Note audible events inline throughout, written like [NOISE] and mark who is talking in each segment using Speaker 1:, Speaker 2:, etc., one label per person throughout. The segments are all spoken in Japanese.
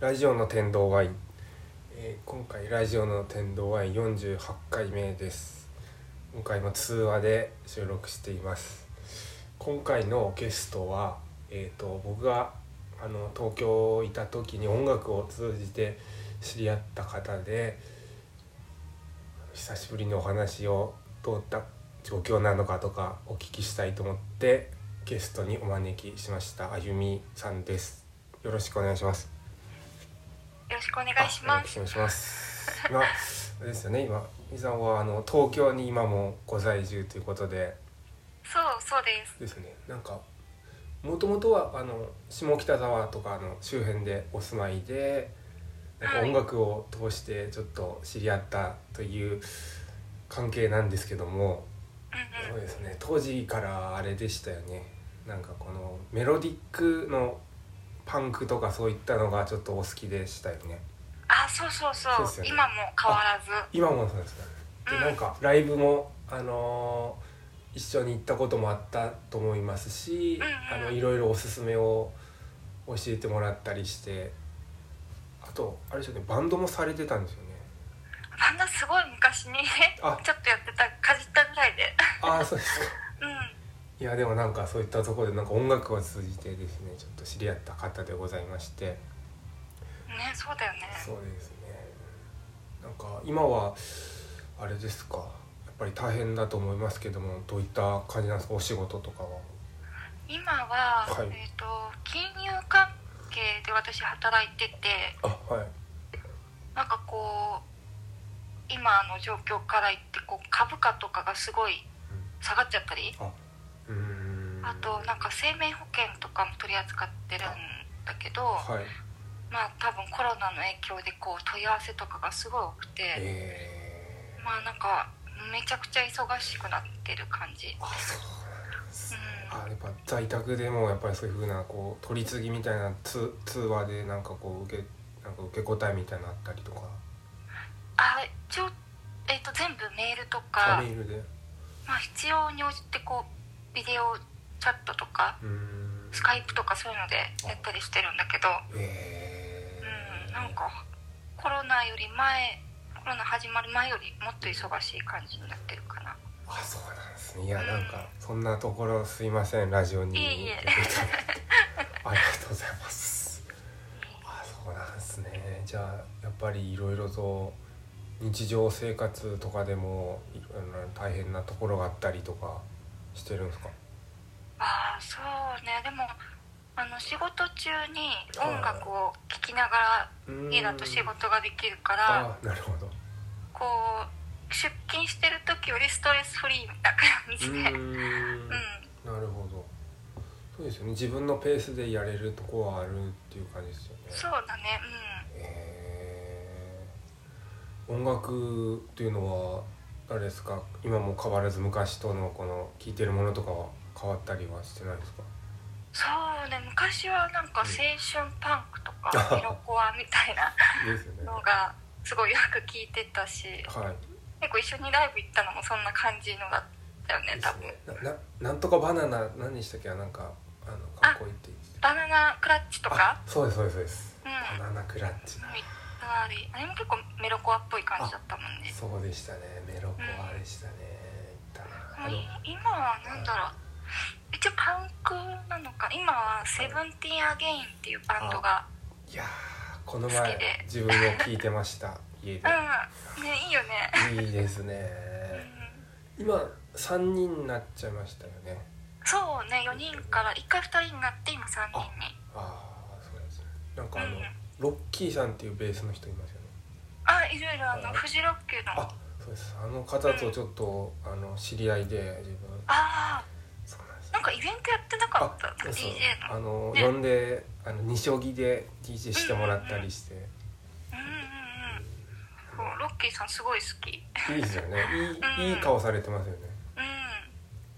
Speaker 1: ラジオの天童ワイン、えー今回ラジオの天童ワイン48回目です今回も通話で収録しています今回のゲストはえっ、と僕があの東京いた時に音楽を通じて知り合った方で久しぶりにお話をどういった状況なのかとかお聞きしたいと思ってゲストにお招きしましたあゆみさんですよろしくお願いします
Speaker 2: よろしくお願
Speaker 1: あ
Speaker 2: いします
Speaker 1: よ。ろしくお願いします。今、あれですよね、今、みさんはあの東京に今もご在住ということで。
Speaker 2: そう、そうです。
Speaker 1: ですよね、なんか。もともとは、あの下北沢とかの周辺でお住まいで。なんか
Speaker 2: はい
Speaker 1: 音楽を通して、ちょっと知り合ったという。関係なんですけども。
Speaker 2: うん
Speaker 1: そ
Speaker 2: うん
Speaker 1: う。ですね、当時からあれでしたよね。なんかこのメロディックの。パンクとかそういったのがちょっとお好きでしたよね。
Speaker 2: あ、そうそうそう。
Speaker 1: そうですよね
Speaker 2: 今も変わらず。
Speaker 1: 今もそうですねで
Speaker 2: うん
Speaker 1: なんかライブもあのー一緒に行ったこともあったと思いますし、
Speaker 2: うんう
Speaker 1: あ
Speaker 2: ん
Speaker 1: のいろいろおすすめを教えてもらったりしてあとあれですよねバンドもされてたんですよね
Speaker 2: バンドすごい昔にね、
Speaker 1: あ
Speaker 2: ちょっとやってた、かじったぐらい [LAUGHS] で。
Speaker 1: ああそうですか
Speaker 2: うん。
Speaker 1: いやでもなんかそういったところでなんか音楽を通じてですねちょっと知り合った方でございまして
Speaker 2: ね、そうだよね。
Speaker 1: そうですねなんか今はあれですかやっぱり大変だと思いますけどもどういった感じなんですかお仕事とかは
Speaker 2: 今は、
Speaker 1: はい
Speaker 2: えっ、と、金融関係で私働いてて、
Speaker 1: あはい
Speaker 2: なんかこう。今の状況から言って、こう株価とかがすごい下がっちゃったり。
Speaker 1: うーん
Speaker 2: あと、なんか生命保険とかも取り扱ってるんだけど。
Speaker 1: はい
Speaker 2: まあ多分コロナの影響でこう問い合わせとかがすごい多くて、
Speaker 1: えー、
Speaker 2: まあなんかめちゃくちゃ忙しくなってる感じ
Speaker 1: あそうなんですね、
Speaker 2: うん
Speaker 1: あやっぱ在宅でもやっぱりそういうふうなこう取り次ぎみたいな通通話でなんかこう受けなんか受け答えみたいなのあったりとか
Speaker 2: あ一応、えー、と全部メールと
Speaker 1: あ
Speaker 2: か
Speaker 1: メ、ールでう
Speaker 2: まあ、必要に応じてこうビデオチャットとか
Speaker 1: ーん
Speaker 2: スカイプとかそういうのでやったりしてるんだけど
Speaker 1: えー
Speaker 2: うんなんかコロナより前コロナ始まる前よりもっと忙しい感じになってるかな
Speaker 1: あそうなんですねいやなんかそんなところすいませんラジオに
Speaker 2: いえい
Speaker 1: 出
Speaker 2: え
Speaker 1: ていただいて [LAUGHS] ありがとうございますあそうなんですねじゃあやっぱりいろいろと日常生活とかでもいろいろな大変なところがあったりとかしてるんですか
Speaker 2: ああそうねでもあの仕事中に音楽を聴きながら家だと仕事ができるから
Speaker 1: あなるほど
Speaker 2: こう出勤してる時よりストレスフリーみたいな感
Speaker 1: う
Speaker 2: じ
Speaker 1: ー
Speaker 2: でうん
Speaker 1: んなるほどそうですよね自分のペースでやれるとこはあるっていう感じですよね
Speaker 2: そうだねうん
Speaker 1: えー音楽っていうのはあれですか今も変わらず昔とのこの聴いてるものとかは変わったりはしてないですか
Speaker 2: そうね昔はなんか青春パンクとか
Speaker 1: うん
Speaker 2: 色コアみたいな
Speaker 1: ですよね
Speaker 2: のがすごいよく聴いて
Speaker 1: [LAUGHS]
Speaker 2: たし
Speaker 1: はい
Speaker 2: 結構一緒にライブ行ったのもそんな感じのだったよね
Speaker 1: で
Speaker 2: 多
Speaker 1: す
Speaker 2: 分
Speaker 1: ねなななんとかバナナ何でしたっけなんかあのかっこいいって言って
Speaker 2: バナナクラッチとか
Speaker 1: あそうですそうですそうです
Speaker 2: うん
Speaker 1: バナナクラッチだ
Speaker 2: はいあれあれも結構メロコアっぽい感じだったもんね
Speaker 1: そうでしたねメロコアでしたね、だなあの
Speaker 2: い今はなんだろう一応パンクなのか今はセブンティーンアゲインっていうバンドが
Speaker 1: いやーこの
Speaker 2: 好
Speaker 1: 前
Speaker 2: きで
Speaker 1: 自分も聴いてました家
Speaker 2: うんねいいよね
Speaker 1: でいいですね
Speaker 2: うん
Speaker 1: 今三人になっちゃいましたよね
Speaker 2: そうね4人から1回2人になって今3人に
Speaker 1: ああそうですねなんかあの、
Speaker 2: うん
Speaker 1: ロッキーさんっていうベースの人いますよね
Speaker 2: あいろいろあ
Speaker 1: あ
Speaker 2: のフジロックの
Speaker 1: あそうですあの方とちょっと、あの知り合いで自分
Speaker 2: あ
Speaker 1: そうなんです
Speaker 2: ーなんかイベントやってなかった
Speaker 1: そうそう
Speaker 2: DJ
Speaker 1: あ
Speaker 2: の
Speaker 1: の、
Speaker 2: ね
Speaker 1: 呼んであの二将棋で DJ してもらったりして、
Speaker 2: うんうんうんそうロッキーさんすごい好き
Speaker 1: いいですよねいい,、
Speaker 2: うん
Speaker 1: いい顔されてますよね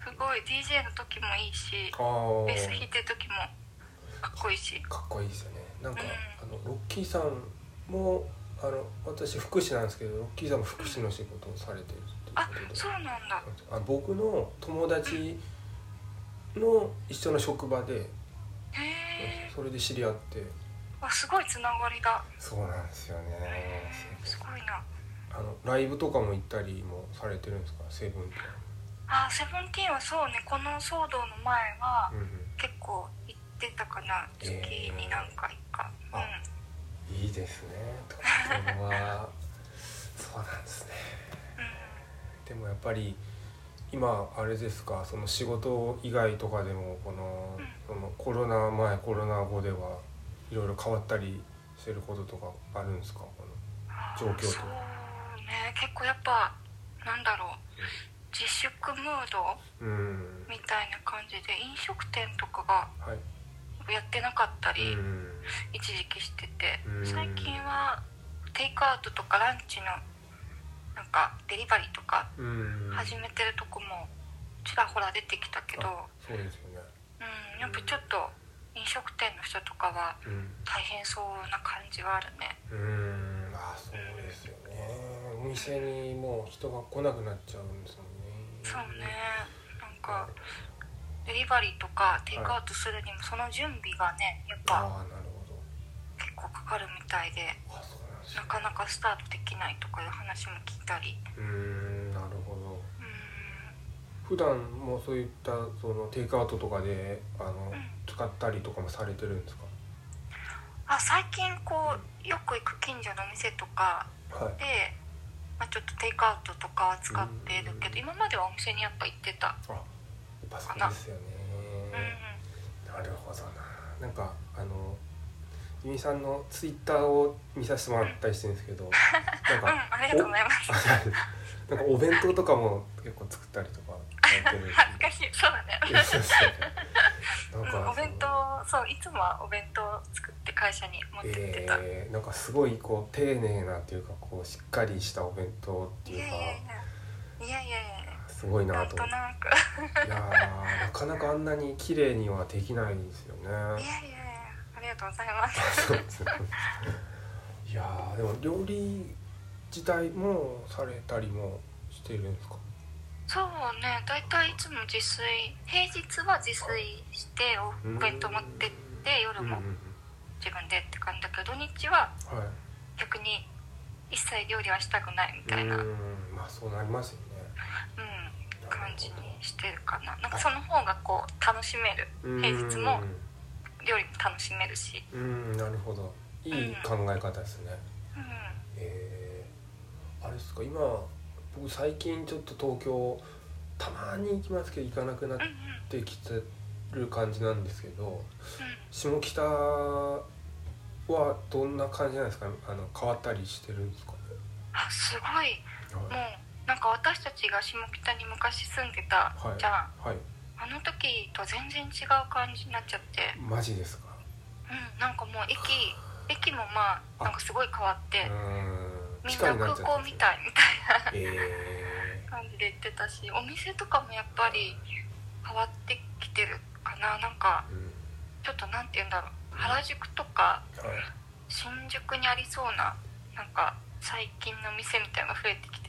Speaker 2: うんすごい DJ の時もいいし
Speaker 1: ああ
Speaker 2: ベース弾いてる時もかっこいいし
Speaker 1: かっこいいですよねなんか、
Speaker 2: うん
Speaker 1: あのロッキーさんもあの私福祉なんですけどロッキーさんも福祉の仕事をされてるっていう
Speaker 2: あ
Speaker 1: ことで
Speaker 2: そうなんだ
Speaker 1: あ僕の友達の一緒の職場で
Speaker 2: へえ
Speaker 1: それで知り合って
Speaker 2: あすごいつながりだ
Speaker 1: そうなんですよね
Speaker 2: すごいな
Speaker 1: あのライブとかも行ったりもされてるんですかセブンって
Speaker 2: あセブンティーンはそうねこの騒動の前は
Speaker 1: うんうん
Speaker 2: 結構行ってたかな月に何回か、
Speaker 1: えーあいいですね東京はそうなんですね
Speaker 2: うんうん
Speaker 1: でもやっぱり今あれですかその仕事以外とかでもこの
Speaker 2: うん
Speaker 1: そのコロナ前コロナ後ではいろいろ変わったりしてることとかあるんですかこの
Speaker 2: あー
Speaker 1: 状況と
Speaker 2: そうね結構やっぱなんだろう自粛ムード
Speaker 1: うん
Speaker 2: みたいな感じで飲食店とかが
Speaker 1: はい
Speaker 2: やってなかったり、
Speaker 1: うん
Speaker 2: 一時期してて、
Speaker 1: うん
Speaker 2: 最近はテイクアウトとかランチのなんかデリバリーとか
Speaker 1: うん
Speaker 2: 始めてるとこもちらほら出てきたけど、
Speaker 1: あそうですよね
Speaker 2: うん、やっぱちょっと飲食店の人とかは
Speaker 1: うん
Speaker 2: 大変そうな感じはあるね
Speaker 1: うーんまあそうですよねお店にもう人が来なくなっちゃうんですも
Speaker 2: そうん
Speaker 1: ね
Speaker 2: ねなんかデリバリーとかテイクアウトするにもその準備がねやっ
Speaker 1: あ
Speaker 2: ぱ
Speaker 1: あなるほど
Speaker 2: 結構かかるみたいで
Speaker 1: あそうなんですね
Speaker 2: なかなかスタートできないとかいう話も聞いたり
Speaker 1: うーんなるほど
Speaker 2: うん
Speaker 1: 普段もそういったそのテイクアウトとかであの
Speaker 2: うん
Speaker 1: 使ったりとかもされてるんです
Speaker 2: あ最近こうよく行く近所のお店とか
Speaker 1: かはい
Speaker 2: で、まあ、ちょっとテイクアウトとかは使ってるけど
Speaker 1: うん
Speaker 2: 今まではお店にやっぱ行ってた
Speaker 1: あやっぱそうですよね
Speaker 2: うんうん
Speaker 1: なるほどななんかあのゆみさんのツイッターを見させてもらったりしてるんですけどなんか
Speaker 2: ありがとうございます
Speaker 1: あ [LAUGHS] なんかお弁当とかも結構作ったりとかされてるん
Speaker 2: [LAUGHS] 恥ずかしいそうだね
Speaker 1: ですねな
Speaker 2: う
Speaker 1: ん
Speaker 2: ん
Speaker 1: か
Speaker 2: お弁当そういつもはお弁当を作って会社に持ってってた、
Speaker 1: えー、なんかすごいこう丁寧なっていうかこうしっかりしたお弁当って
Speaker 2: い
Speaker 1: いう
Speaker 2: やい
Speaker 1: か
Speaker 2: やいやいやいやいや
Speaker 1: すごい
Speaker 2: な
Speaker 1: なんと
Speaker 2: と
Speaker 1: 思って
Speaker 2: なく
Speaker 1: いやーなかなかあんなに綺麗にはできないんですよ
Speaker 2: いやい
Speaker 1: ね
Speaker 2: やいやありがとうございます
Speaker 1: そうですねいやーでも料理自体もされたりもしてるんですか
Speaker 2: そうね大体いつも自炊平日は自炊して
Speaker 1: うん
Speaker 2: お弁当持ってって夜も
Speaker 1: うんうん
Speaker 2: 自分でって感じだけど土日は
Speaker 1: うんはい
Speaker 2: 逆に一切料理はしたくないみたいな、
Speaker 1: う
Speaker 2: うんん、
Speaker 1: まあそうなりますよね
Speaker 2: 感じにしてるかななんかその方がこう楽しめる
Speaker 1: うん
Speaker 2: 平日も料理も楽しめるし、
Speaker 1: うんなるほどいい考え方ですね、
Speaker 2: うん、
Speaker 1: えー、あれですか今僕最近ちょっと東京たまに行きますけど行かなくなっ
Speaker 2: うんうん
Speaker 1: てきてる感じなんですけど
Speaker 2: うん
Speaker 1: 下北はどんな感じなんですかあの変わったりしてるんですかね
Speaker 2: あすごいも
Speaker 1: は
Speaker 2: うなんか私たちが下北に昔住んでた
Speaker 1: い
Speaker 2: じゃん、
Speaker 1: はい
Speaker 2: あの時と全然違う感じになっちゃって
Speaker 1: マジですか
Speaker 2: うんなんかもう駅駅もまあなんかすごい変わっ
Speaker 1: う
Speaker 2: て
Speaker 1: ーん
Speaker 2: みん
Speaker 1: 地下
Speaker 2: な
Speaker 1: にな
Speaker 2: 空
Speaker 1: っちゃっ
Speaker 2: 港み
Speaker 1: て
Speaker 2: たいみたい
Speaker 1: え
Speaker 2: な感じで行ってたしお店とかもやっぱり変わってきてるかななんか
Speaker 1: ー、うん
Speaker 2: ちょっとなんて言うんだろう原宿とか
Speaker 1: はい
Speaker 2: 新宿にありそうななんか最近の店みたいなのが増えてきて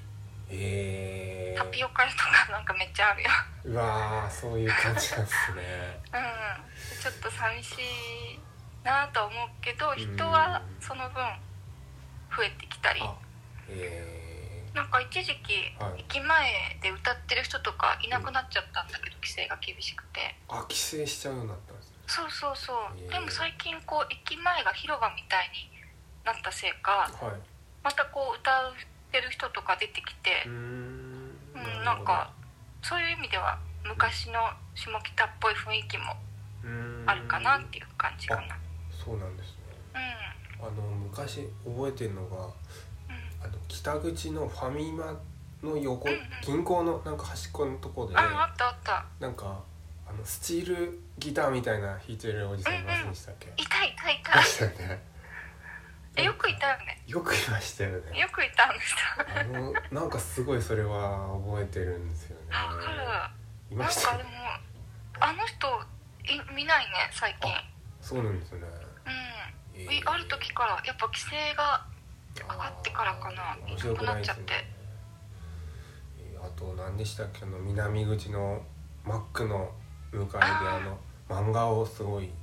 Speaker 1: えー、
Speaker 2: タピオカ屋とか [LAUGHS] なんかめっちゃあるよ
Speaker 1: うわーそういう感じなんですね [LAUGHS]
Speaker 2: うん、ちょっと寂しいなとは思うけど
Speaker 1: ん
Speaker 2: 人はその分増えてきたり
Speaker 1: あえ
Speaker 2: なんか一時期
Speaker 1: はい
Speaker 2: 駅前で歌ってる人とかいなくなっちゃったんだけど規制が厳しくて
Speaker 1: ー、あ帰省しちゃうようになったんですね
Speaker 2: そうそうそ
Speaker 1: へえ
Speaker 2: うでも最近こう駅前が広場みたいになったせい
Speaker 1: は
Speaker 2: か
Speaker 1: い
Speaker 2: またこう歌ってる人とか出てきて
Speaker 1: うーん
Speaker 2: うんなんかそういう意味では昔の下北っぽい雰囲気も
Speaker 1: うーん
Speaker 2: あるかなっていう感じかな
Speaker 1: そうなんですね
Speaker 2: う
Speaker 1: あの昔覚えてるのが
Speaker 2: んうん
Speaker 1: あの北口のファミマの横
Speaker 2: うんうん
Speaker 1: 銀行のなんか端っこのとこで
Speaker 2: ああったあった
Speaker 1: なんかあのスチールギターみたいな弾いてるおじさんいませんでしたっけ
Speaker 2: 痛い痛い
Speaker 1: い [LAUGHS] ま
Speaker 2: 痛
Speaker 1: したよね
Speaker 2: いえよくいたよね
Speaker 1: よくいましたよね
Speaker 2: よくいたんですよ
Speaker 1: あのなんかすごいそれは覚えてるんですよね
Speaker 2: あわかる
Speaker 1: い
Speaker 2: な
Speaker 1: ま
Speaker 2: ん
Speaker 1: した
Speaker 2: か
Speaker 1: よ
Speaker 2: で
Speaker 1: ね
Speaker 2: もあの人い見ないね最近
Speaker 1: あそうなんですね
Speaker 2: う
Speaker 1: え
Speaker 2: んいある時からやっぱ規制が
Speaker 1: 上
Speaker 2: かかってからかな
Speaker 1: 面白くないですね
Speaker 2: なくなっちゃって
Speaker 1: えーあと何でしたっけあの南口のマックの向かいであ
Speaker 2: あー
Speaker 1: の漫画をすごい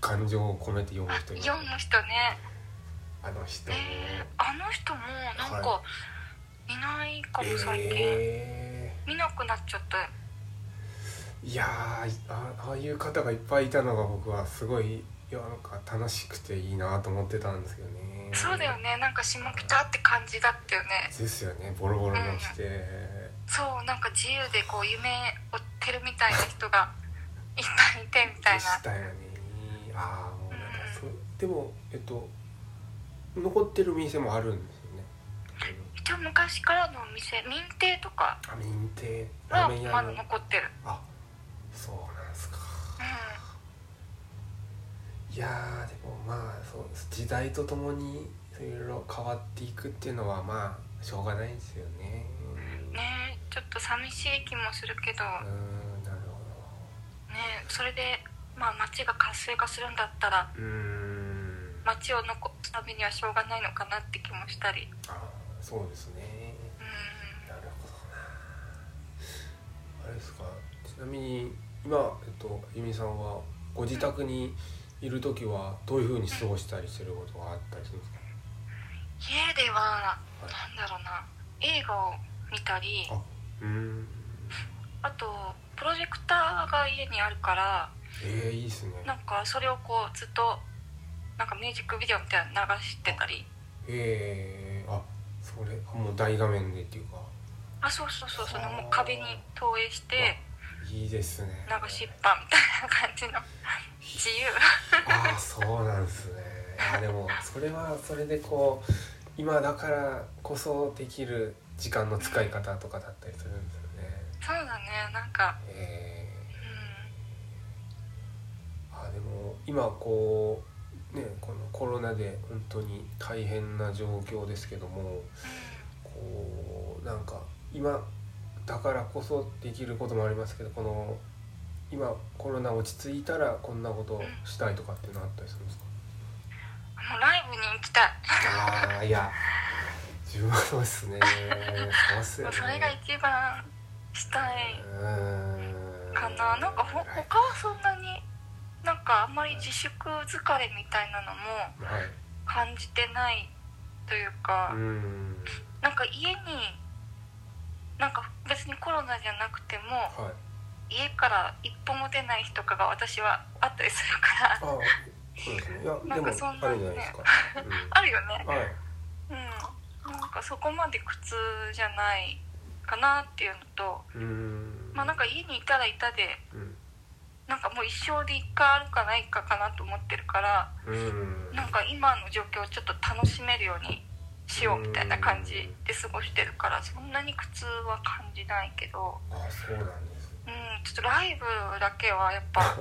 Speaker 1: 感情を込めて読む
Speaker 2: あ
Speaker 1: 人いる
Speaker 2: 読む人ね
Speaker 1: あの人
Speaker 2: えー、あの人もなんか
Speaker 1: はい
Speaker 2: ないかも最近、
Speaker 1: え
Speaker 2: 見なくなっちゃった
Speaker 1: ーいやーいあああいう方がいっぱいいたのが僕はすごいいやなんか楽しくていいなと思ってたんですけどね
Speaker 2: そうだよねなんか下北って感じだったよね
Speaker 1: ですよねボロボロのして、
Speaker 2: そうなんか自由でこう夢追ってるみたいな
Speaker 1: [LAUGHS]
Speaker 2: 人がいっぱいいてみたい
Speaker 1: でし
Speaker 2: な
Speaker 1: たよねああもうなんかそうでもえっと残ってる店もあるんですよね
Speaker 2: 一応昔からのお店民亭とか
Speaker 1: あ民亭ラ
Speaker 2: は
Speaker 1: ーメン屋
Speaker 2: ま
Speaker 1: の
Speaker 2: だ残ってる
Speaker 1: あそうなんですか
Speaker 2: う
Speaker 1: いやーでもまあそう時代とともにいろいろ変わっていくっていうのはまあしょうがないですよね
Speaker 2: んねえちょっと寂しい気もするけど
Speaker 1: うーんなる
Speaker 2: ねえそれでまあ街が活性化するんだったら
Speaker 1: ほどうーん
Speaker 2: 街を残すためにはしょうがないのかなって気もしたり
Speaker 1: あそうですね
Speaker 2: うん
Speaker 1: なるほどなあれですかちなみに今えっとゆみさんはご自宅にいる時はどういうふうに過ごしたりすることがあったりするんですか
Speaker 2: 家では
Speaker 1: はい
Speaker 2: なんだろうな映画を見たり
Speaker 1: あうーん
Speaker 2: あとプロジェクターが家にあるから
Speaker 1: えー、いいですね
Speaker 2: なんかそれをこうずっとなんかミュージックビデオみたいなの流してたり
Speaker 1: えー、あそれあもう大画面でっていうか
Speaker 2: あそうそうそうそのもう壁に投影して
Speaker 1: いいですね
Speaker 2: 流しっぱみたいな感じの自由
Speaker 1: ああそうなんです
Speaker 2: [LAUGHS]
Speaker 1: ねあでもそれはそれでこう今だからこそできる時間の使い方とかだったりするんですよね
Speaker 2: そうだねなんか
Speaker 1: え
Speaker 2: うん
Speaker 1: ー、あでも今こうねこのコロナで本当に大変な状況ですけどもこうなんか今だからこそできることもありますけどこの今コロナ落ち着いたらこんなことしたいとかっていうのあったりするんですか
Speaker 2: うんもうライブに行きたい
Speaker 1: ああいや自分はそうです [LAUGHS] ねそうっすよ
Speaker 2: もう
Speaker 1: ね
Speaker 2: それが一番したいう
Speaker 1: ーん
Speaker 2: かななんかほ
Speaker 1: はい
Speaker 2: 他はそんなになんかあんまり自粛疲れみたいなのも
Speaker 1: はい
Speaker 2: 感じてないというか、
Speaker 1: うーん
Speaker 2: なんか家になんか別にコロナじゃなくても
Speaker 1: はい
Speaker 2: 家から一歩も出ない日とかが私はあったりするから
Speaker 1: あそうですねいや
Speaker 2: なん
Speaker 1: でも
Speaker 2: かそんなね
Speaker 1: あるじゃないですか、
Speaker 2: あるよね
Speaker 1: うん、はい
Speaker 2: うんなんかそこまで苦痛じゃないかなっていうのと
Speaker 1: うーん
Speaker 2: まあなんか家にいたらいたで
Speaker 1: うん
Speaker 2: なんかもう一生で一回あるかないかかなと思ってるから
Speaker 1: うーん
Speaker 2: なんか今の状況をちょっと楽しめるようにしようみたいな感じで過ごしてるからそんなに苦痛は感じないけ
Speaker 1: [LAUGHS]
Speaker 2: ど、
Speaker 1: あそうなんです
Speaker 2: うん、ちょっとライブだけはやっぱ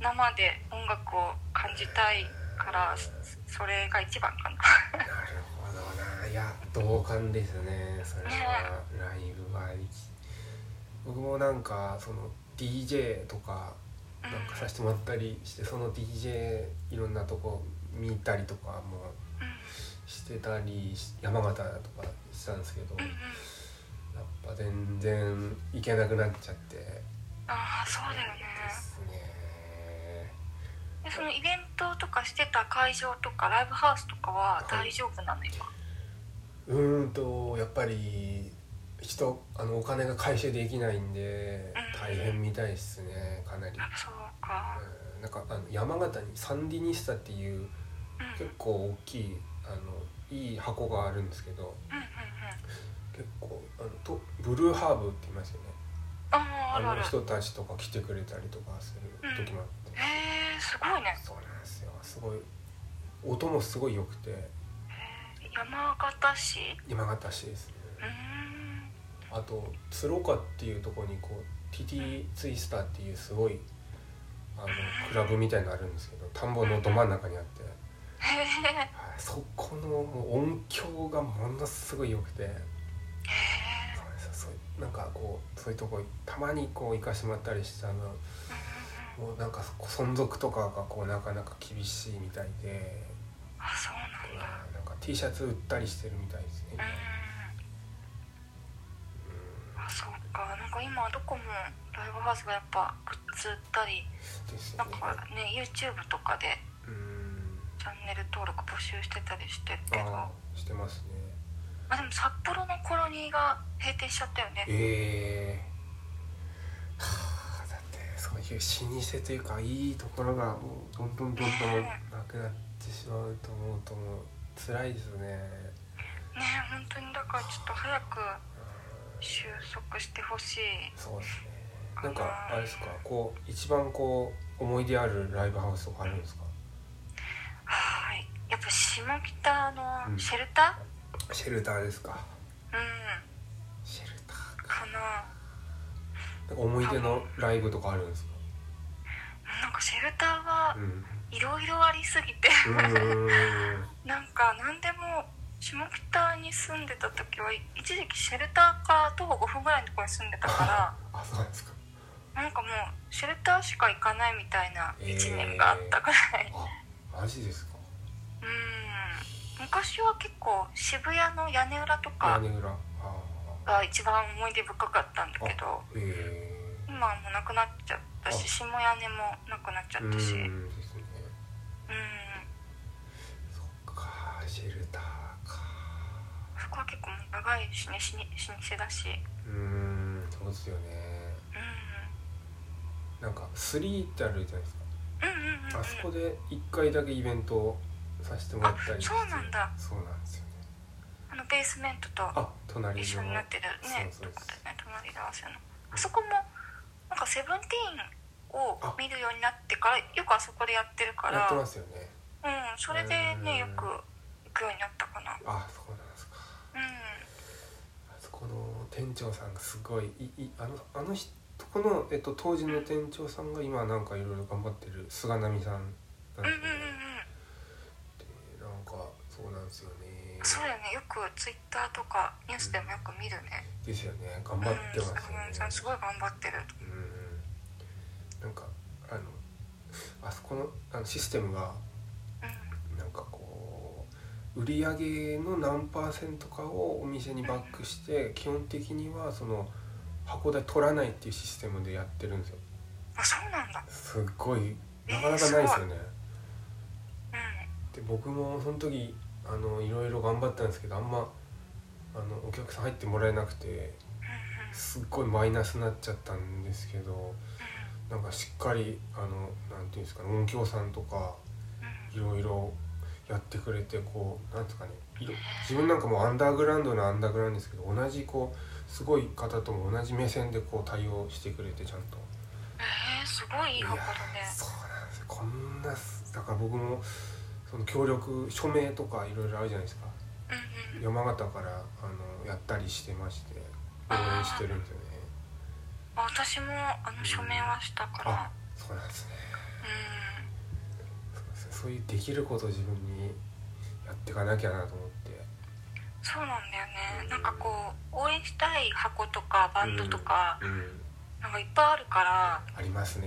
Speaker 2: 生で音楽を感じたいからそそれが一番かな
Speaker 1: [LAUGHS] なるほどないや同感ですねそれはライブはいき僕もなんかその DJ とか
Speaker 2: う
Speaker 1: なんんかさせてもらったりしてその DJ いろんなとこ見たりとかも
Speaker 2: う
Speaker 1: してたりし山形とかしたんですけど
Speaker 2: んうん
Speaker 1: や
Speaker 2: うん
Speaker 1: っぱ全然行けなくなっちゃってで
Speaker 2: ああそうだよね
Speaker 1: すね
Speaker 2: でそのイベントとかしてた会場とかライブハウスとかは
Speaker 1: はい
Speaker 2: 大丈夫なの今
Speaker 1: うーんとやっぱり人あのお金が回収できないんで大変みたいですねかなり
Speaker 2: やっ。ぱそうか
Speaker 1: うんなんかあの山形にサンディニスタっていう
Speaker 2: うんうん
Speaker 1: 結構大きいあのいい箱があるんですけど
Speaker 2: うんうん
Speaker 1: 結構あのとブルーハーブって言いますよね
Speaker 2: あああ
Speaker 1: あ
Speaker 2: るある
Speaker 1: の人たちとか来てくれたりとかする時もあって、
Speaker 2: へえすごいね
Speaker 1: そうなんですよすごい音もすごい良くて
Speaker 2: へー山形市
Speaker 1: 山形市ですね
Speaker 2: うーん
Speaker 1: あと鶴岡っていうところにこうティティツイスターっていうすごいあのクラブみたいのあるんですけど田んぼのど真ん中にあって。
Speaker 2: へえ
Speaker 1: はいそこのもう音響がものすごい良くてそうなんですよそういうなんかこうそういうとこたまにこう行かしてもらったりしたのもうなんかそこ存続とかがこうなかなか厳しいみたいで
Speaker 2: あそうなんだ
Speaker 1: まあなんか T シャツ売ったりしてるみたいですね
Speaker 2: うーんあそうかなんか今どこもライブハウスがやっぱグッズ売ったり
Speaker 1: です
Speaker 2: な
Speaker 1: よ
Speaker 2: ん
Speaker 1: ね
Speaker 2: かね YouTube とかで
Speaker 1: うん
Speaker 2: チャンネル登録募集してたりしてるけど
Speaker 1: あ
Speaker 2: あ
Speaker 1: あしてますね
Speaker 2: でも札幌のコロニーが閉店しちゃったよね
Speaker 1: ええはあだってそういう老舗というかいいところがもうどんどんどんどんなくなってしまうと思うともう辛いですね
Speaker 2: ね本当にだからちょっと早く収束してほしい
Speaker 1: そうですねなんかあれですかこう一番こう思い出あるライブハウスとかあるんですか
Speaker 2: はいやっぱ下北
Speaker 1: うん
Speaker 2: のシェルタ
Speaker 1: シェルターですか
Speaker 2: ーうん、
Speaker 1: シェルターか
Speaker 2: かな
Speaker 1: なんか思い出のライブとかあるんですか
Speaker 2: なんかシェルターは
Speaker 1: うん
Speaker 2: いろいろありすぎて
Speaker 1: うーん
Speaker 2: なんか何でも下北に住んでた時は一時期シェルターから徒歩5分ぐらいのところに住んで
Speaker 1: [LAUGHS]
Speaker 2: たか
Speaker 1: あそうなんですから
Speaker 2: なんかもうシェルターしか行かないみたいな
Speaker 1: えー
Speaker 2: 1年があったぐらい、
Speaker 1: あマジですか
Speaker 2: うん昔は結構渋谷の屋根裏と
Speaker 1: 屋
Speaker 2: か
Speaker 1: 根裏ああ
Speaker 2: が一番思い出深かったんだけど
Speaker 1: へえ
Speaker 2: 今はもうなくなっちゃったし
Speaker 1: あ
Speaker 2: 下屋根もなくなっちゃったしうん
Speaker 1: んですねそっかシェルターか
Speaker 2: そこは結構もう長いしねしに老舗だし
Speaker 1: うーんそうですよね
Speaker 2: う
Speaker 1: なんか3ってあるじゃないです
Speaker 2: んうんうんうんうん
Speaker 1: かあそこで1回だけイベントをさせてもらったりして
Speaker 2: あそうなんだ
Speaker 1: そうなんですよね
Speaker 2: あのベースメントと
Speaker 1: あ隣の
Speaker 2: 一緒になってるね
Speaker 1: そうそう
Speaker 2: とこでね隣り合わせのあそこもなんかセブンティーンを見るようになってからよくあそこでやってるから
Speaker 1: やって
Speaker 2: う
Speaker 1: ま
Speaker 2: ん
Speaker 1: すよね
Speaker 2: それで
Speaker 1: うん
Speaker 2: ねよく行くようになったかな
Speaker 1: あそうなんですか
Speaker 2: う
Speaker 1: あそこの店長さんがすごいいいあのあの人この、えっと、当時の店長さんが今なんかいろいろ頑張ってる菅波さんなん
Speaker 2: んうん
Speaker 1: ですけど、
Speaker 2: うんうんうん
Speaker 1: でなんかそうなんですよね
Speaker 2: そうだよねよくツイッターとかニュースでもよく見るね
Speaker 1: ですよね頑
Speaker 2: うん
Speaker 1: 張ってますよね
Speaker 2: さんすごい頑張ってる
Speaker 1: うんなんかあのあそこのあのシステムが
Speaker 2: うん
Speaker 1: なんかこう売り上げの何パーセントかをお店にバックして基本的にはその箱代取らないっていうシステムでやってるんですよ
Speaker 2: あそうなんだ
Speaker 1: すっごいなかなかないですよね、
Speaker 2: うん
Speaker 1: で僕もその時あのいろいろ頑張ったんですけどあんまあのお客さん入ってもらえなくて
Speaker 2: うんうん
Speaker 1: すっごいマイナスになっちゃったんですけどなんかしっかりあのなんていうんですかね音響さんとか
Speaker 2: う
Speaker 1: い
Speaker 2: ん
Speaker 1: ろいろやってくれてこうなんですかねいろ自分なんかもうアンダーグラウンドのアンダーグラウンドですけど同じこうすごい方とも同じ目線でこう対応してくれてちゃんと。
Speaker 2: えーすごいいい箱だ
Speaker 1: いや
Speaker 2: ね
Speaker 1: そうなんですよこんなだから僕もその協力署名とかいろいろあるじゃないですか
Speaker 2: うんうん
Speaker 1: 山形からあのやったりしてまして応援してるんですよね
Speaker 2: あ私もあの署名はしたか
Speaker 1: あ
Speaker 2: ら
Speaker 1: そうなんですねそうですね
Speaker 2: う
Speaker 1: そういうできることを自分にやっていかなきゃなと思って
Speaker 2: んそうなんだよねなんかこう応援したい箱とかバンドとか、
Speaker 1: うん
Speaker 2: なんかいっぱいあるから
Speaker 1: ありますね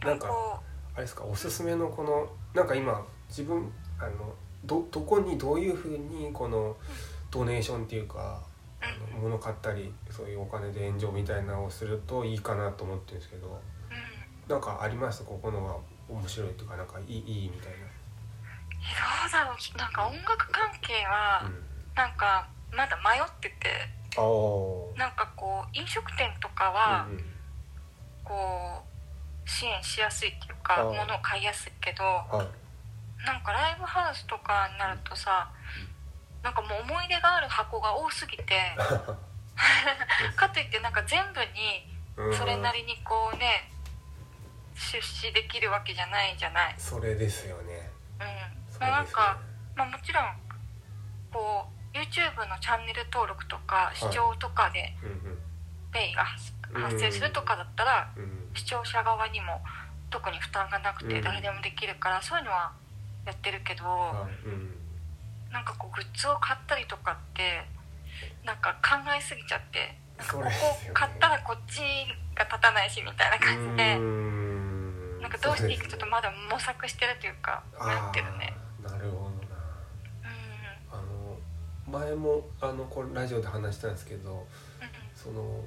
Speaker 2: うん
Speaker 1: なんか
Speaker 2: こ
Speaker 1: あれですかおすすめのこのなんか今自分あのどどこにどういうふうにこのドネーションっていうか
Speaker 2: う
Speaker 1: あの物買ったりそういうお金で援助みたいなのをするといいかなと思ってるんですけど
Speaker 2: うんい
Speaker 1: なんかありますここのが面白いとかなんかいいいいみたい
Speaker 2: やどうだろうなんか音楽関係は、
Speaker 1: な、うん、
Speaker 2: なんかまだ迷ってて
Speaker 1: ああ
Speaker 2: なんかこう飲食店とかは、
Speaker 1: うんうん、
Speaker 2: こう支援しやすいっていう
Speaker 1: あ
Speaker 2: か
Speaker 1: ー
Speaker 2: 物を買いやすいけど
Speaker 1: はい
Speaker 2: なんかライブハウスとかになるとさなんかもう思い出がある箱が多
Speaker 1: [LAUGHS]
Speaker 2: すぎてかといってなんか全部に
Speaker 1: うん
Speaker 2: それなりにこうね出資できるわけじゃないじゃない。
Speaker 1: それですよね
Speaker 2: うん、
Speaker 1: それですよね
Speaker 2: まあなんか、まあ、もちろんこう YouTube のチャンネル登録とか視聴とかで
Speaker 1: うん
Speaker 2: ペイが発発生するとかだったら
Speaker 1: うんうん
Speaker 2: 視聴者側にも特に負担がなく
Speaker 1: う
Speaker 2: て
Speaker 1: ん
Speaker 2: 誰でもできるからそういうのはやってるけど
Speaker 1: はいうん
Speaker 2: なんかこうグッズを買ったりとかってなんか考えすぎちゃってなんか
Speaker 1: そ
Speaker 2: こ
Speaker 1: れ
Speaker 2: こ
Speaker 1: ですよね
Speaker 2: 買ったらこっちが立たないしみたいな感じで
Speaker 1: うーん
Speaker 2: なんかどうしていいかちょっと
Speaker 1: そう
Speaker 2: まだ模索してるというか
Speaker 1: です
Speaker 2: 迷ってるね。
Speaker 1: あーなるほどな
Speaker 2: うん
Speaker 1: あの前もあのこれラジオで話したんですけど
Speaker 2: うんうん
Speaker 1: そその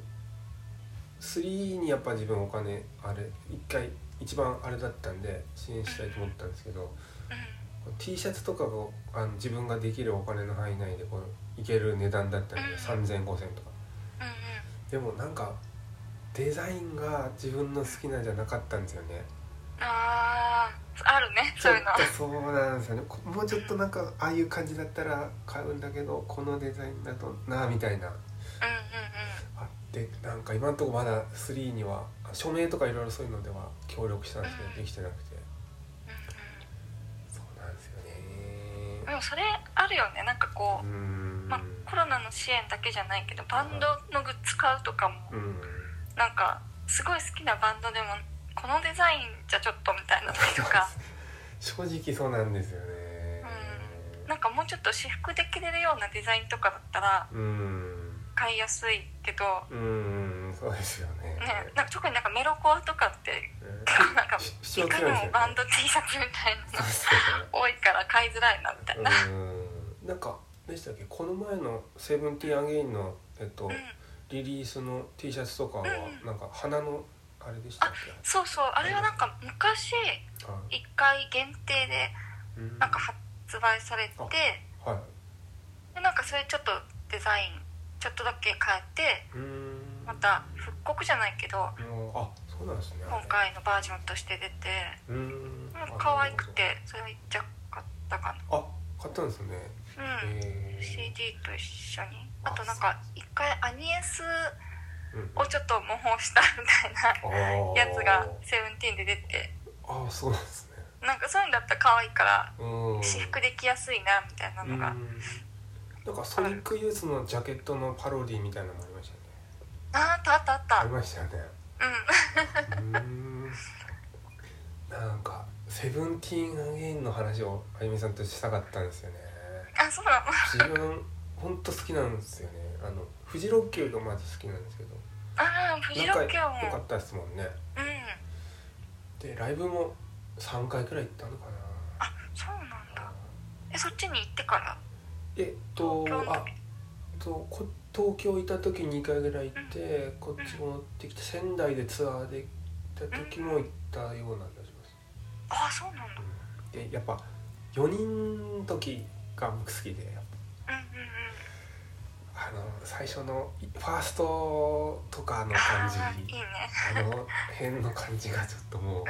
Speaker 1: 3にやっぱ自分お金あれ一回一番あれだったんで支援したいと思ったんですけど、T シャツとかをあの自分ができるお金の範囲内でこういける値段だったんで3,0005,000とか
Speaker 2: うんうん
Speaker 1: でもなんかデザインが自分の好きなんじゃなかったんですよね
Speaker 2: あーあるねそういうの
Speaker 1: ちょっとそうなんですよねこもうちょっとなんかああいう感じだったら買うんだけどこのデザインだとなみたいな
Speaker 2: うんうん
Speaker 1: あってなんか今のところまだ3にはあ署名とかいろいろそういうのでは協力したんですけどできてなくて
Speaker 2: うんうん
Speaker 1: そうなんですよ
Speaker 2: うんで
Speaker 1: ね
Speaker 2: もそれあるよねなんかこ
Speaker 1: うー
Speaker 2: う、
Speaker 1: ん
Speaker 2: まあ、コロナの支援だけじゃないけどバンドのグッズ買うとかも
Speaker 1: うん
Speaker 2: なんかすごい好きなバンドでもこのデザインじゃちょっとみたいな時と
Speaker 1: [LAUGHS]
Speaker 2: か
Speaker 1: 正直そうなんですよね
Speaker 2: なんかもうちょっと私服で着れるようなデザインとかだったら
Speaker 1: うん
Speaker 2: 買いやすいけど
Speaker 1: うんそうですよね
Speaker 2: ねなんか特になんかメロコアと
Speaker 1: [LAUGHS]
Speaker 2: かって
Speaker 1: うん
Speaker 2: なんか
Speaker 1: 主
Speaker 2: い
Speaker 1: 張強いで
Speaker 2: か
Speaker 1: す
Speaker 2: に
Speaker 1: よね
Speaker 2: もバンド T シャツみたいな
Speaker 1: そう
Speaker 2: の
Speaker 1: ですよね
Speaker 2: 多いから買いづらいなみたいな。
Speaker 1: うんなんかでしたっけこの前の「セブンティーンアゲインの、えっと
Speaker 2: うん、
Speaker 1: リリースの T シャツとかは、
Speaker 2: うん
Speaker 1: なんか花のあれでしたっけ
Speaker 2: そうそうあれはなんか昔
Speaker 1: あ
Speaker 2: 1回限定で
Speaker 1: うん
Speaker 2: なんか発売されて
Speaker 1: は
Speaker 2: でなんかそれちょっとデザインちょっとだけ変えて
Speaker 1: いうーん
Speaker 2: また復刻じゃないけど
Speaker 1: うんあそうなんですね
Speaker 2: 今回のバージョンとして出て
Speaker 1: うーん
Speaker 2: うん可愛くてそれめっちゃ買ったか
Speaker 1: あ買ったんですよね
Speaker 2: なうん
Speaker 1: えー
Speaker 2: CD と一緒に
Speaker 1: あ
Speaker 2: あとなんか一回アニエス
Speaker 1: うん
Speaker 2: をちょっと模倣したみたいな
Speaker 1: あー
Speaker 2: やつが「セブンティーンで出て
Speaker 1: あそうなんですね
Speaker 2: なんかそういうのだったら可愛いから
Speaker 1: うん
Speaker 2: 私服で着やすいなみたいなのが
Speaker 1: うんなんかソニックユースのジャケットのパロディみたいなのもありましたよね
Speaker 2: ああったあったあっ
Speaker 1: あ
Speaker 2: た
Speaker 1: りましたよね
Speaker 2: うん
Speaker 1: うーんなんか「セブンティーン・アゲイン」の話をあゆみさんとしたかったんですよね
Speaker 2: あそうなの
Speaker 1: 自分ほんと好きなんですよねあのフジロッキューがまず好きなんですけど
Speaker 2: ああフジロッキョ
Speaker 1: 仲良か
Speaker 2: も
Speaker 1: ったですもんね
Speaker 2: うん
Speaker 1: でライブも3回くらい行ったのかな
Speaker 2: あそうなんだえそっちに行ってから
Speaker 1: えっと
Speaker 2: 東京の
Speaker 1: あ
Speaker 2: 時
Speaker 1: とこ東京いた時2回ぐらい行ってこっち戻ってきて仙台でツアーで行った時も行ったような気がします
Speaker 2: ああそうなんだ
Speaker 1: でやっぱ4人の時が僕好きでやっ
Speaker 2: うんうんうん
Speaker 1: ぱあの最初のファーストとかの感じ
Speaker 2: ああいいね
Speaker 1: あの辺の感じがちょっとも
Speaker 2: うんうん
Speaker 1: う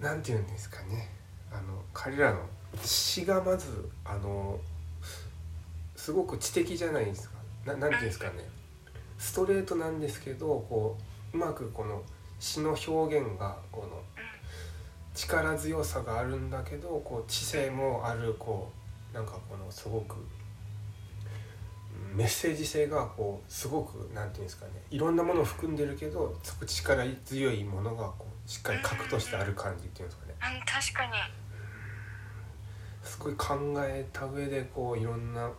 Speaker 1: なんて言うんですかねあの彼らの詩がまずあのすごく知的じゃないですかななんていうんですかねストレートなんですけどこううまくこの詩の表現がこの
Speaker 2: うん
Speaker 1: 力強さがあるんだけどこう知性もあるこうなんかこのすごくうんメッセージ性がこうすごくなんていうんですかねいろんなものを含んでるけどすごく力強いものがこうしっかり核としてある感じっていうんですかね
Speaker 2: うん確かに
Speaker 1: すごい考えた上でこういろんな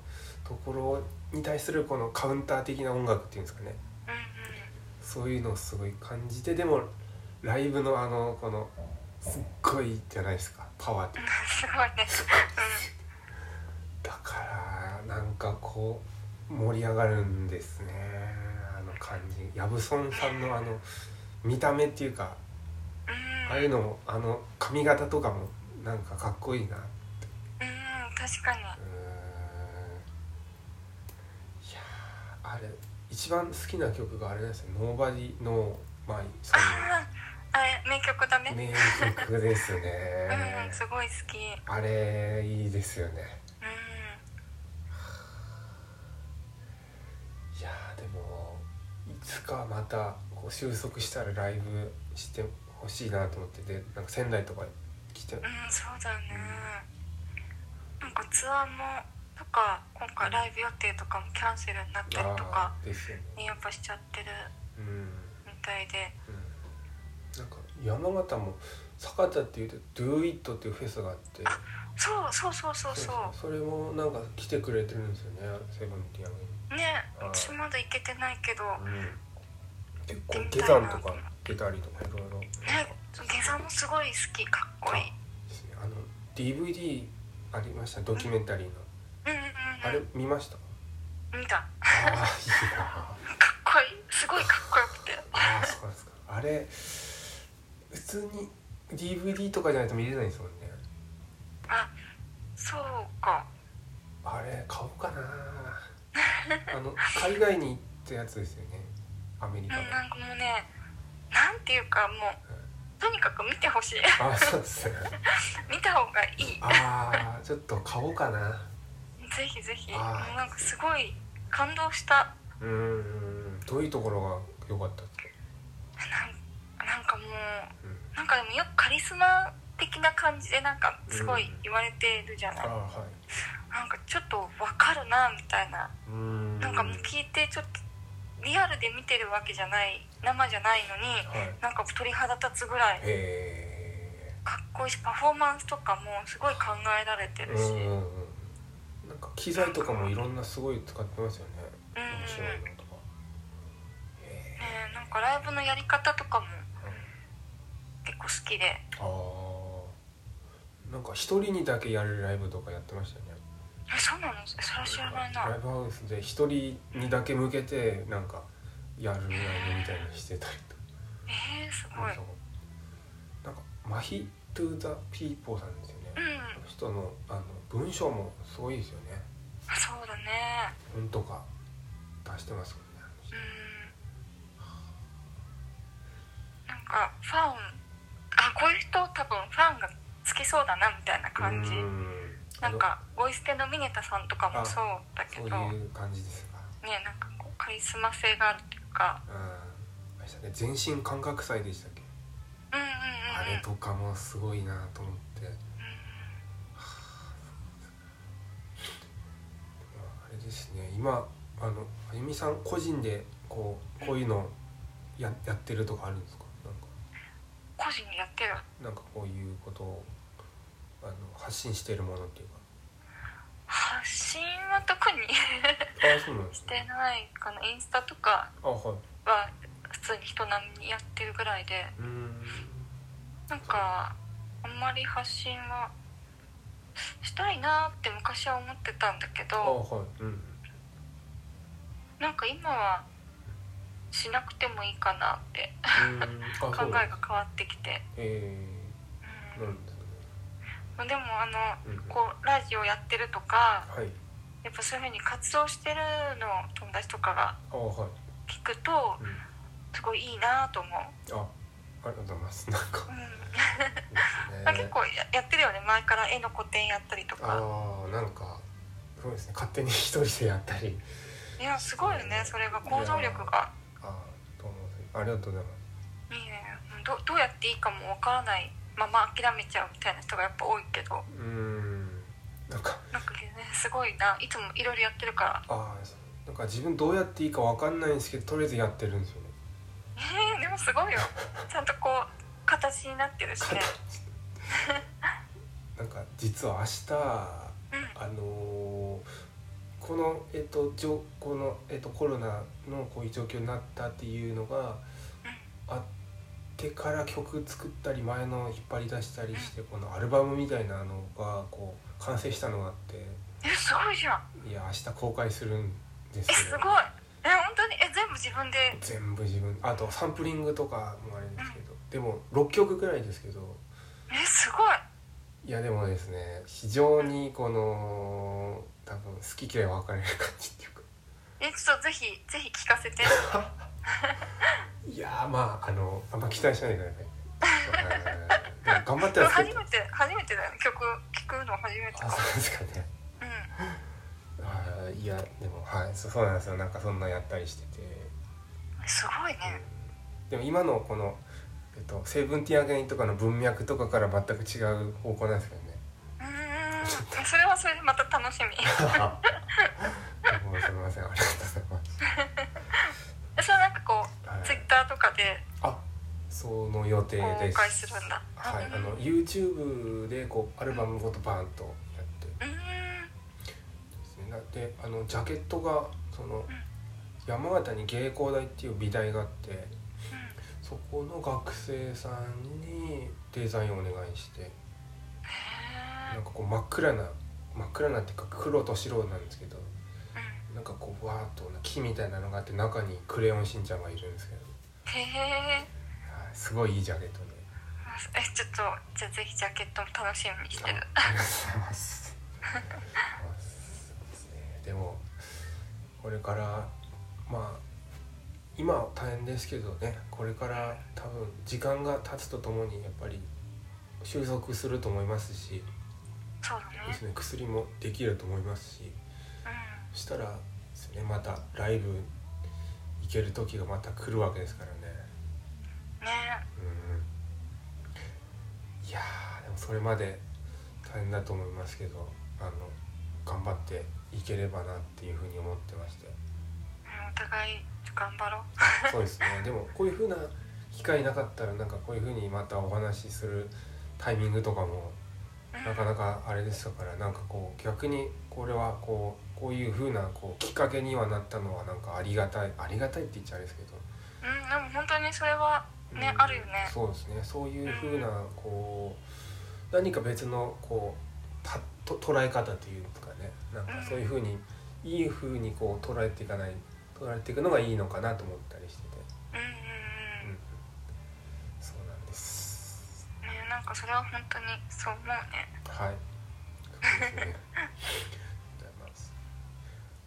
Speaker 1: ところに対するこのカウンター的な音楽っていうんですかね
Speaker 2: うんうん
Speaker 1: そういうのをすごい感じてでもライブのあのこのすっごいじゃないですかパワーっていうか
Speaker 2: [LAUGHS] すごいね
Speaker 1: だからなんかこう盛り上がるんですねあの感じヤブソンさんのあの見た目っていうか
Speaker 2: うん
Speaker 1: ああいうのもあの髪型とかもなんかかっこいいなう
Speaker 2: うんうん確か
Speaker 1: ー
Speaker 2: に
Speaker 1: んいやーあれ一番好きな曲があれなんですよ「Nobody No My
Speaker 2: あ
Speaker 1: Song
Speaker 2: ああれ名曲だ」ね
Speaker 1: 名曲ですね
Speaker 2: [LAUGHS] うんすごい好きうん
Speaker 1: あれいいですよねいやーでもいつかまたこう収束したらライブしてほしいなと思っててなんか仙台とか来て
Speaker 2: うんそうだねなんかツアーもとか今回ライブ予定とかもキャンセルになったりとか
Speaker 1: あーですよね
Speaker 2: ねやっぱしちゃってる
Speaker 1: うん、うん、
Speaker 2: みたいで
Speaker 1: なんか山形も坂田っていうと「DoIt」っていうフェスがあって
Speaker 2: そうそうそうそうそう
Speaker 1: それもなんか来てくれてるんですよねセブンティーン
Speaker 2: ね
Speaker 1: あー
Speaker 2: 私まだ行けてないけど
Speaker 1: 結構下山とか出たりとかいろいろ
Speaker 2: ね下山もすごい好きかっこいい
Speaker 1: ですねあの DVD ありましたドキュメンタリーの
Speaker 2: うんうんうん
Speaker 1: あれ見ました
Speaker 2: 見た
Speaker 1: あああいいな
Speaker 2: かっこいいすごいかっこよくて
Speaker 1: ああそうなんですかあれ普通に DVD とかじゃないと見れないんですもんね
Speaker 2: あそうか
Speaker 1: あれ買おうかなあの海外に行ったやつですよねアメ
Speaker 2: う
Speaker 1: リ
Speaker 2: ん
Speaker 1: カの、
Speaker 2: なんかもうねなんていうかもうとにかく見てほしい [LAUGHS]
Speaker 1: あそうですね
Speaker 2: 見た方がいい
Speaker 1: ああちょっと買おうかな
Speaker 2: ぜひぜひもう
Speaker 1: あー
Speaker 2: なんかすごい感動した
Speaker 1: うーんどういうところが良かったですか
Speaker 2: なんなんかもう
Speaker 1: うん
Speaker 2: なんかでもよくカリスマ的な感じでなんかすごい
Speaker 1: うん
Speaker 2: 言われてるじゃな
Speaker 1: あ
Speaker 2: い、
Speaker 1: あはい
Speaker 2: なんかちょっとわかるなみたいな
Speaker 1: うーん
Speaker 2: なんかもう聞いてちょっとリアルで見てるわけじゃない生じゃないのに
Speaker 1: はいへ
Speaker 2: なんか鳥肌立つぐらい
Speaker 1: え
Speaker 2: かっこいいしパフォーマンスとかもすごい考えられて
Speaker 1: う
Speaker 2: るし、う
Speaker 1: ん
Speaker 2: ん
Speaker 1: うんうんなんか機材とかもいろんなすごい使ってますよね面白いのとかへ
Speaker 2: ねえなんかライブのやり方とかも
Speaker 1: え
Speaker 2: 結構好きで
Speaker 1: ああなんか一人にだけやるライブとかやってましたよね
Speaker 2: えそうなのそれは知らないな
Speaker 1: ライブハウスで一人にだけ向けてなんかやるライブみたいにしてたりとか
Speaker 2: えー、すごい
Speaker 1: なんかマヒ・トゥ・ザ・ピーポーさんですよね、
Speaker 2: うん
Speaker 1: この人のあの文章もすごいですよね
Speaker 2: あそうだね
Speaker 1: 本とか出してますもんねあの人
Speaker 2: うんなんかファンあこういう人多分ファンが好きそうだなみたいな感じ
Speaker 1: うん
Speaker 2: なんかゴイステのミネタさんとかもそうだけ
Speaker 1: そう
Speaker 2: ど
Speaker 1: いう
Speaker 2: ね
Speaker 1: 感じですか
Speaker 2: なんかこうカリスマ性があるっていうか
Speaker 1: うんあれでしたね全身感覚祭でしたっけ、
Speaker 2: うんうんうん
Speaker 1: あ
Speaker 2: うん
Speaker 1: れとかもすごいなと思って、はああれですね今あのあゆみさん個人でこうこういうのややってるとかあるんですかなんか
Speaker 2: 個人でやってる
Speaker 1: なんかこういうことをあの発信してるものっていうか
Speaker 2: 発信は特に [LAUGHS]
Speaker 1: ああそうなんです
Speaker 2: して
Speaker 1: ね
Speaker 2: ないかなインスタとか
Speaker 1: あはい
Speaker 2: は普通に人並みにやってるぐらいで
Speaker 1: うーん
Speaker 2: なんかあんまり発信はしたいなって昔は思ってたんだけ
Speaker 1: あ
Speaker 2: ど
Speaker 1: はい
Speaker 2: [LAUGHS]
Speaker 1: うん
Speaker 2: なんか今はしなくてもいいかなって
Speaker 1: うーんあそう
Speaker 2: 考えが変わってきて、
Speaker 1: えー、
Speaker 2: う
Speaker 1: なんんですね
Speaker 2: でもあの、
Speaker 1: うん
Speaker 2: こうラジオやってるとか
Speaker 1: はい
Speaker 2: やっぱそういうふうに活動してるのを友達とかが
Speaker 1: あはい
Speaker 2: 聞くと
Speaker 1: うん
Speaker 2: すごいいいなと思う、
Speaker 1: あ、ありがとうございます。なんか
Speaker 2: う。ん
Speaker 1: ね
Speaker 2: [LAUGHS] まあ、結構ややってるよね前から絵の個展やったりとか
Speaker 1: ああ、なんか。そうですね。勝手に一人でやったり。
Speaker 2: いやすごいよねそれが行動力が
Speaker 1: ああ、どうも。ありがとうございます。
Speaker 2: いいねうんどどうやっていいかもわからないまま諦めちゃうみたいな人がやっぱ多いけど
Speaker 1: うーん。なんか、
Speaker 2: なんかねすごいないつもいろいろやってるから
Speaker 1: ああ、そうなんか自分どうやっていいかわかんないんですけど、とりあえずやってるんですよね。
Speaker 2: えー、でもすごいよちゃんとこう形になってるし
Speaker 1: [LAUGHS]
Speaker 2: ね
Speaker 1: なんか、実は明日。
Speaker 2: うん
Speaker 1: あのーこの,、えっとじょこのえっとコロナのこういう状況になったっていうのがあってから曲作ったり前の引っ張り出したりしてこのアルバムみたいなのがこう完成したのがあっ
Speaker 2: えすごいじゃん
Speaker 1: ていや明日公開するんです
Speaker 2: え
Speaker 1: け
Speaker 2: す
Speaker 1: ど
Speaker 2: ごいえ本当にえ全部自分で
Speaker 1: 全部自分あとサンプリングとかもあれですけどでも6曲ぐらいですけど
Speaker 2: えすごい
Speaker 1: いやでもですね非常にこの多分好き嫌い分かれる感じっていうか
Speaker 2: えちょっとぜひぜひ聞か
Speaker 1: [LAUGHS]
Speaker 2: せて
Speaker 1: いやーまああのあんま期待しないでく [LAUGHS] ださい。でも頑張って
Speaker 2: でも
Speaker 1: は作って。
Speaker 2: 初めて初めてだよね曲聞くの初めて
Speaker 1: あそうですかね。
Speaker 2: うん
Speaker 1: あいやでもはいそそうなんですよなんかそんなやったりしてて、
Speaker 2: すごいね
Speaker 1: でも今のこのえっとセブンティーンアゲインとかの文脈とかから全く違う方向なんですけ [LAUGHS] どね。
Speaker 2: うーんそれはそれでまた
Speaker 1: [LAUGHS]
Speaker 2: 楽しみ
Speaker 1: もうすみませんありがとうございます。
Speaker 2: えそれはなんかこ
Speaker 1: は
Speaker 2: う
Speaker 1: い
Speaker 2: ツイッターとかで
Speaker 1: あその予定
Speaker 2: 公
Speaker 1: です。
Speaker 2: 開するんだ
Speaker 1: はい
Speaker 2: うん
Speaker 1: あの YouTube でこうアルバムごとバーンとやって。
Speaker 2: うー
Speaker 1: で
Speaker 2: ん
Speaker 1: すねなであのジャケットがその
Speaker 2: ん
Speaker 1: 山形に芸工大っていう美大があってそこの学生さんにデザインをお願いして
Speaker 2: へ
Speaker 1: なんかこう真っ暗な真っ暗なっていうか黒と白なんですけど
Speaker 2: ーうん
Speaker 1: なんかこうわーっと木みたいなのがあって中にクレヨンしんちゃんがいるんですけど、
Speaker 2: へえ
Speaker 1: はい、すごいいいジャケットで
Speaker 2: えちょっとじゃあぜひジャケットも楽しみにし
Speaker 1: あ
Speaker 2: て
Speaker 1: あり
Speaker 2: る
Speaker 1: がとうございます。まあそうですねでもこれからまあ今は大変ですけどねこれから多分時間が経つとともにやっぱり収束すると思いますし
Speaker 2: そうだ
Speaker 1: で
Speaker 2: ね
Speaker 1: す、ね、薬もできると思いますし
Speaker 2: うん、
Speaker 1: そしたらです、ね、またライブ行ける時がまた来るわけですからね。
Speaker 2: ね
Speaker 1: うんいやーでもそれまで大変だと思いますけどあの頑張っていければなっていうふうに思ってまして
Speaker 2: うんお互い頑張ろう
Speaker 1: そうですね [LAUGHS] でもこういうふうな機会なかったらなんかこういうふうにまたお話しするタイミングとかも
Speaker 2: うん
Speaker 1: なかなかあれでしたからなんかこう逆にこれはこうこういうふうなこうきっかけにはなったのはなんかありがたいありがたいって言っちゃあれですけど
Speaker 2: うんでも本当にそれはね、
Speaker 1: うん
Speaker 2: あるよね
Speaker 1: そうですねそういうふうなこう何か別のこうたと捉え方というかねなんかそういうふうにいいふうにこう捉えていかない捉えていくのがいいのかなと思ったりしてて、
Speaker 2: うんうん
Speaker 1: う
Speaker 2: うん
Speaker 1: ん、そうなんです
Speaker 2: ねなんかそれは本当にそう思うね
Speaker 1: はいそうですねありがとうございます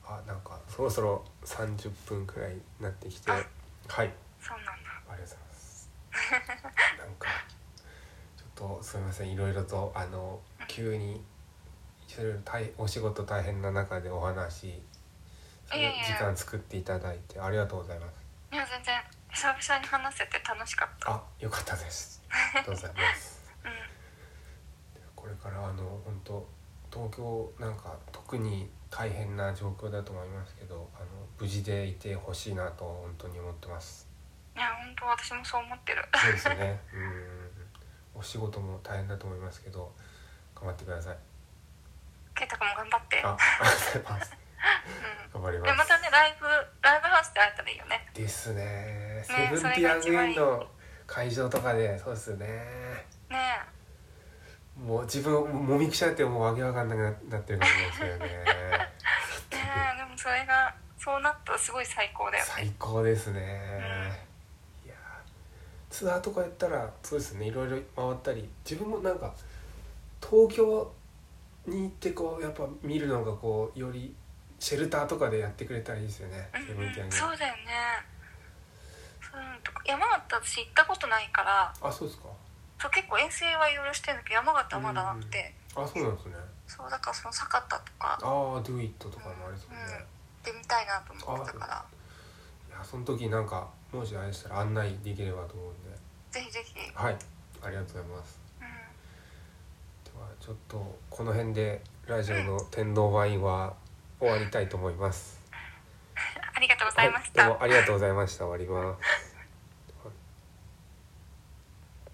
Speaker 1: あなんかそろそろ30分くらいになってきて
Speaker 2: あ
Speaker 1: はい
Speaker 2: そうなんだ
Speaker 1: ありがとうございます。なんかちょっとすみませんいろいろとあの急にいろいろ大お仕事大変な中でお話そ
Speaker 2: いや
Speaker 1: れ
Speaker 2: いや
Speaker 1: 時間作っていただいてありがとうございます。
Speaker 2: いや全然久々に話せて楽しかった
Speaker 1: あよかった
Speaker 2: [LAUGHS]
Speaker 1: です。ありがとうございます。
Speaker 2: うん
Speaker 1: これからあの本当東京なんか特に大変な状況だと思いますけどあの無事でいてほしいなと本当に思ってます。
Speaker 2: いや本当私もそう思ってる [LAUGHS]
Speaker 1: そうですね。うん。お仕事も大変だと思いますけど、頑張ってください。
Speaker 2: 圭太君も頑張って
Speaker 1: [LAUGHS] あ、ありがとうございます。
Speaker 2: う
Speaker 1: 頑張り
Speaker 2: ん
Speaker 1: ま。
Speaker 2: ですまたねライブライブハウスで会えたらいいよね
Speaker 1: ですね。セブンティアンズウィンの会場とかで、そうですね。
Speaker 2: ね
Speaker 1: もう自分もみくちゃってもうわけわかんなくなってると思うんですよね。
Speaker 2: えねえでもそれがそうなったらすごい最高だよね
Speaker 1: 最高ですね。いやーツアーとかやったらそうですねいろいろ回ったり自分もなんか東京に行ってこうやっぱ見るのがこうよりシェルターとかでやってくれたらいいですよね
Speaker 2: うん
Speaker 1: セブンティ
Speaker 2: う
Speaker 1: ーン
Speaker 2: ん
Speaker 1: に
Speaker 2: そうだよねそういうのとか山形私行ったことないから
Speaker 1: あそうですか
Speaker 2: そう結構遠征はいろいろしてるんだけど山形はまだなくて
Speaker 1: あそうなんですね
Speaker 2: そうだからその坂田とか
Speaker 1: ああ「Do It」とかもあれですもんね、
Speaker 2: うん行ってみたいなと思ってたから
Speaker 1: いやその時なんかもしあれでしたら案内できればと思うんで
Speaker 2: ぜひぜひ
Speaker 1: はいありがとうございます
Speaker 2: う
Speaker 1: ではちょっとこの辺でラジオの天皇ワインは終わりたいと思います
Speaker 2: んありがとうございました
Speaker 1: はどうもありがとうございました。終わります。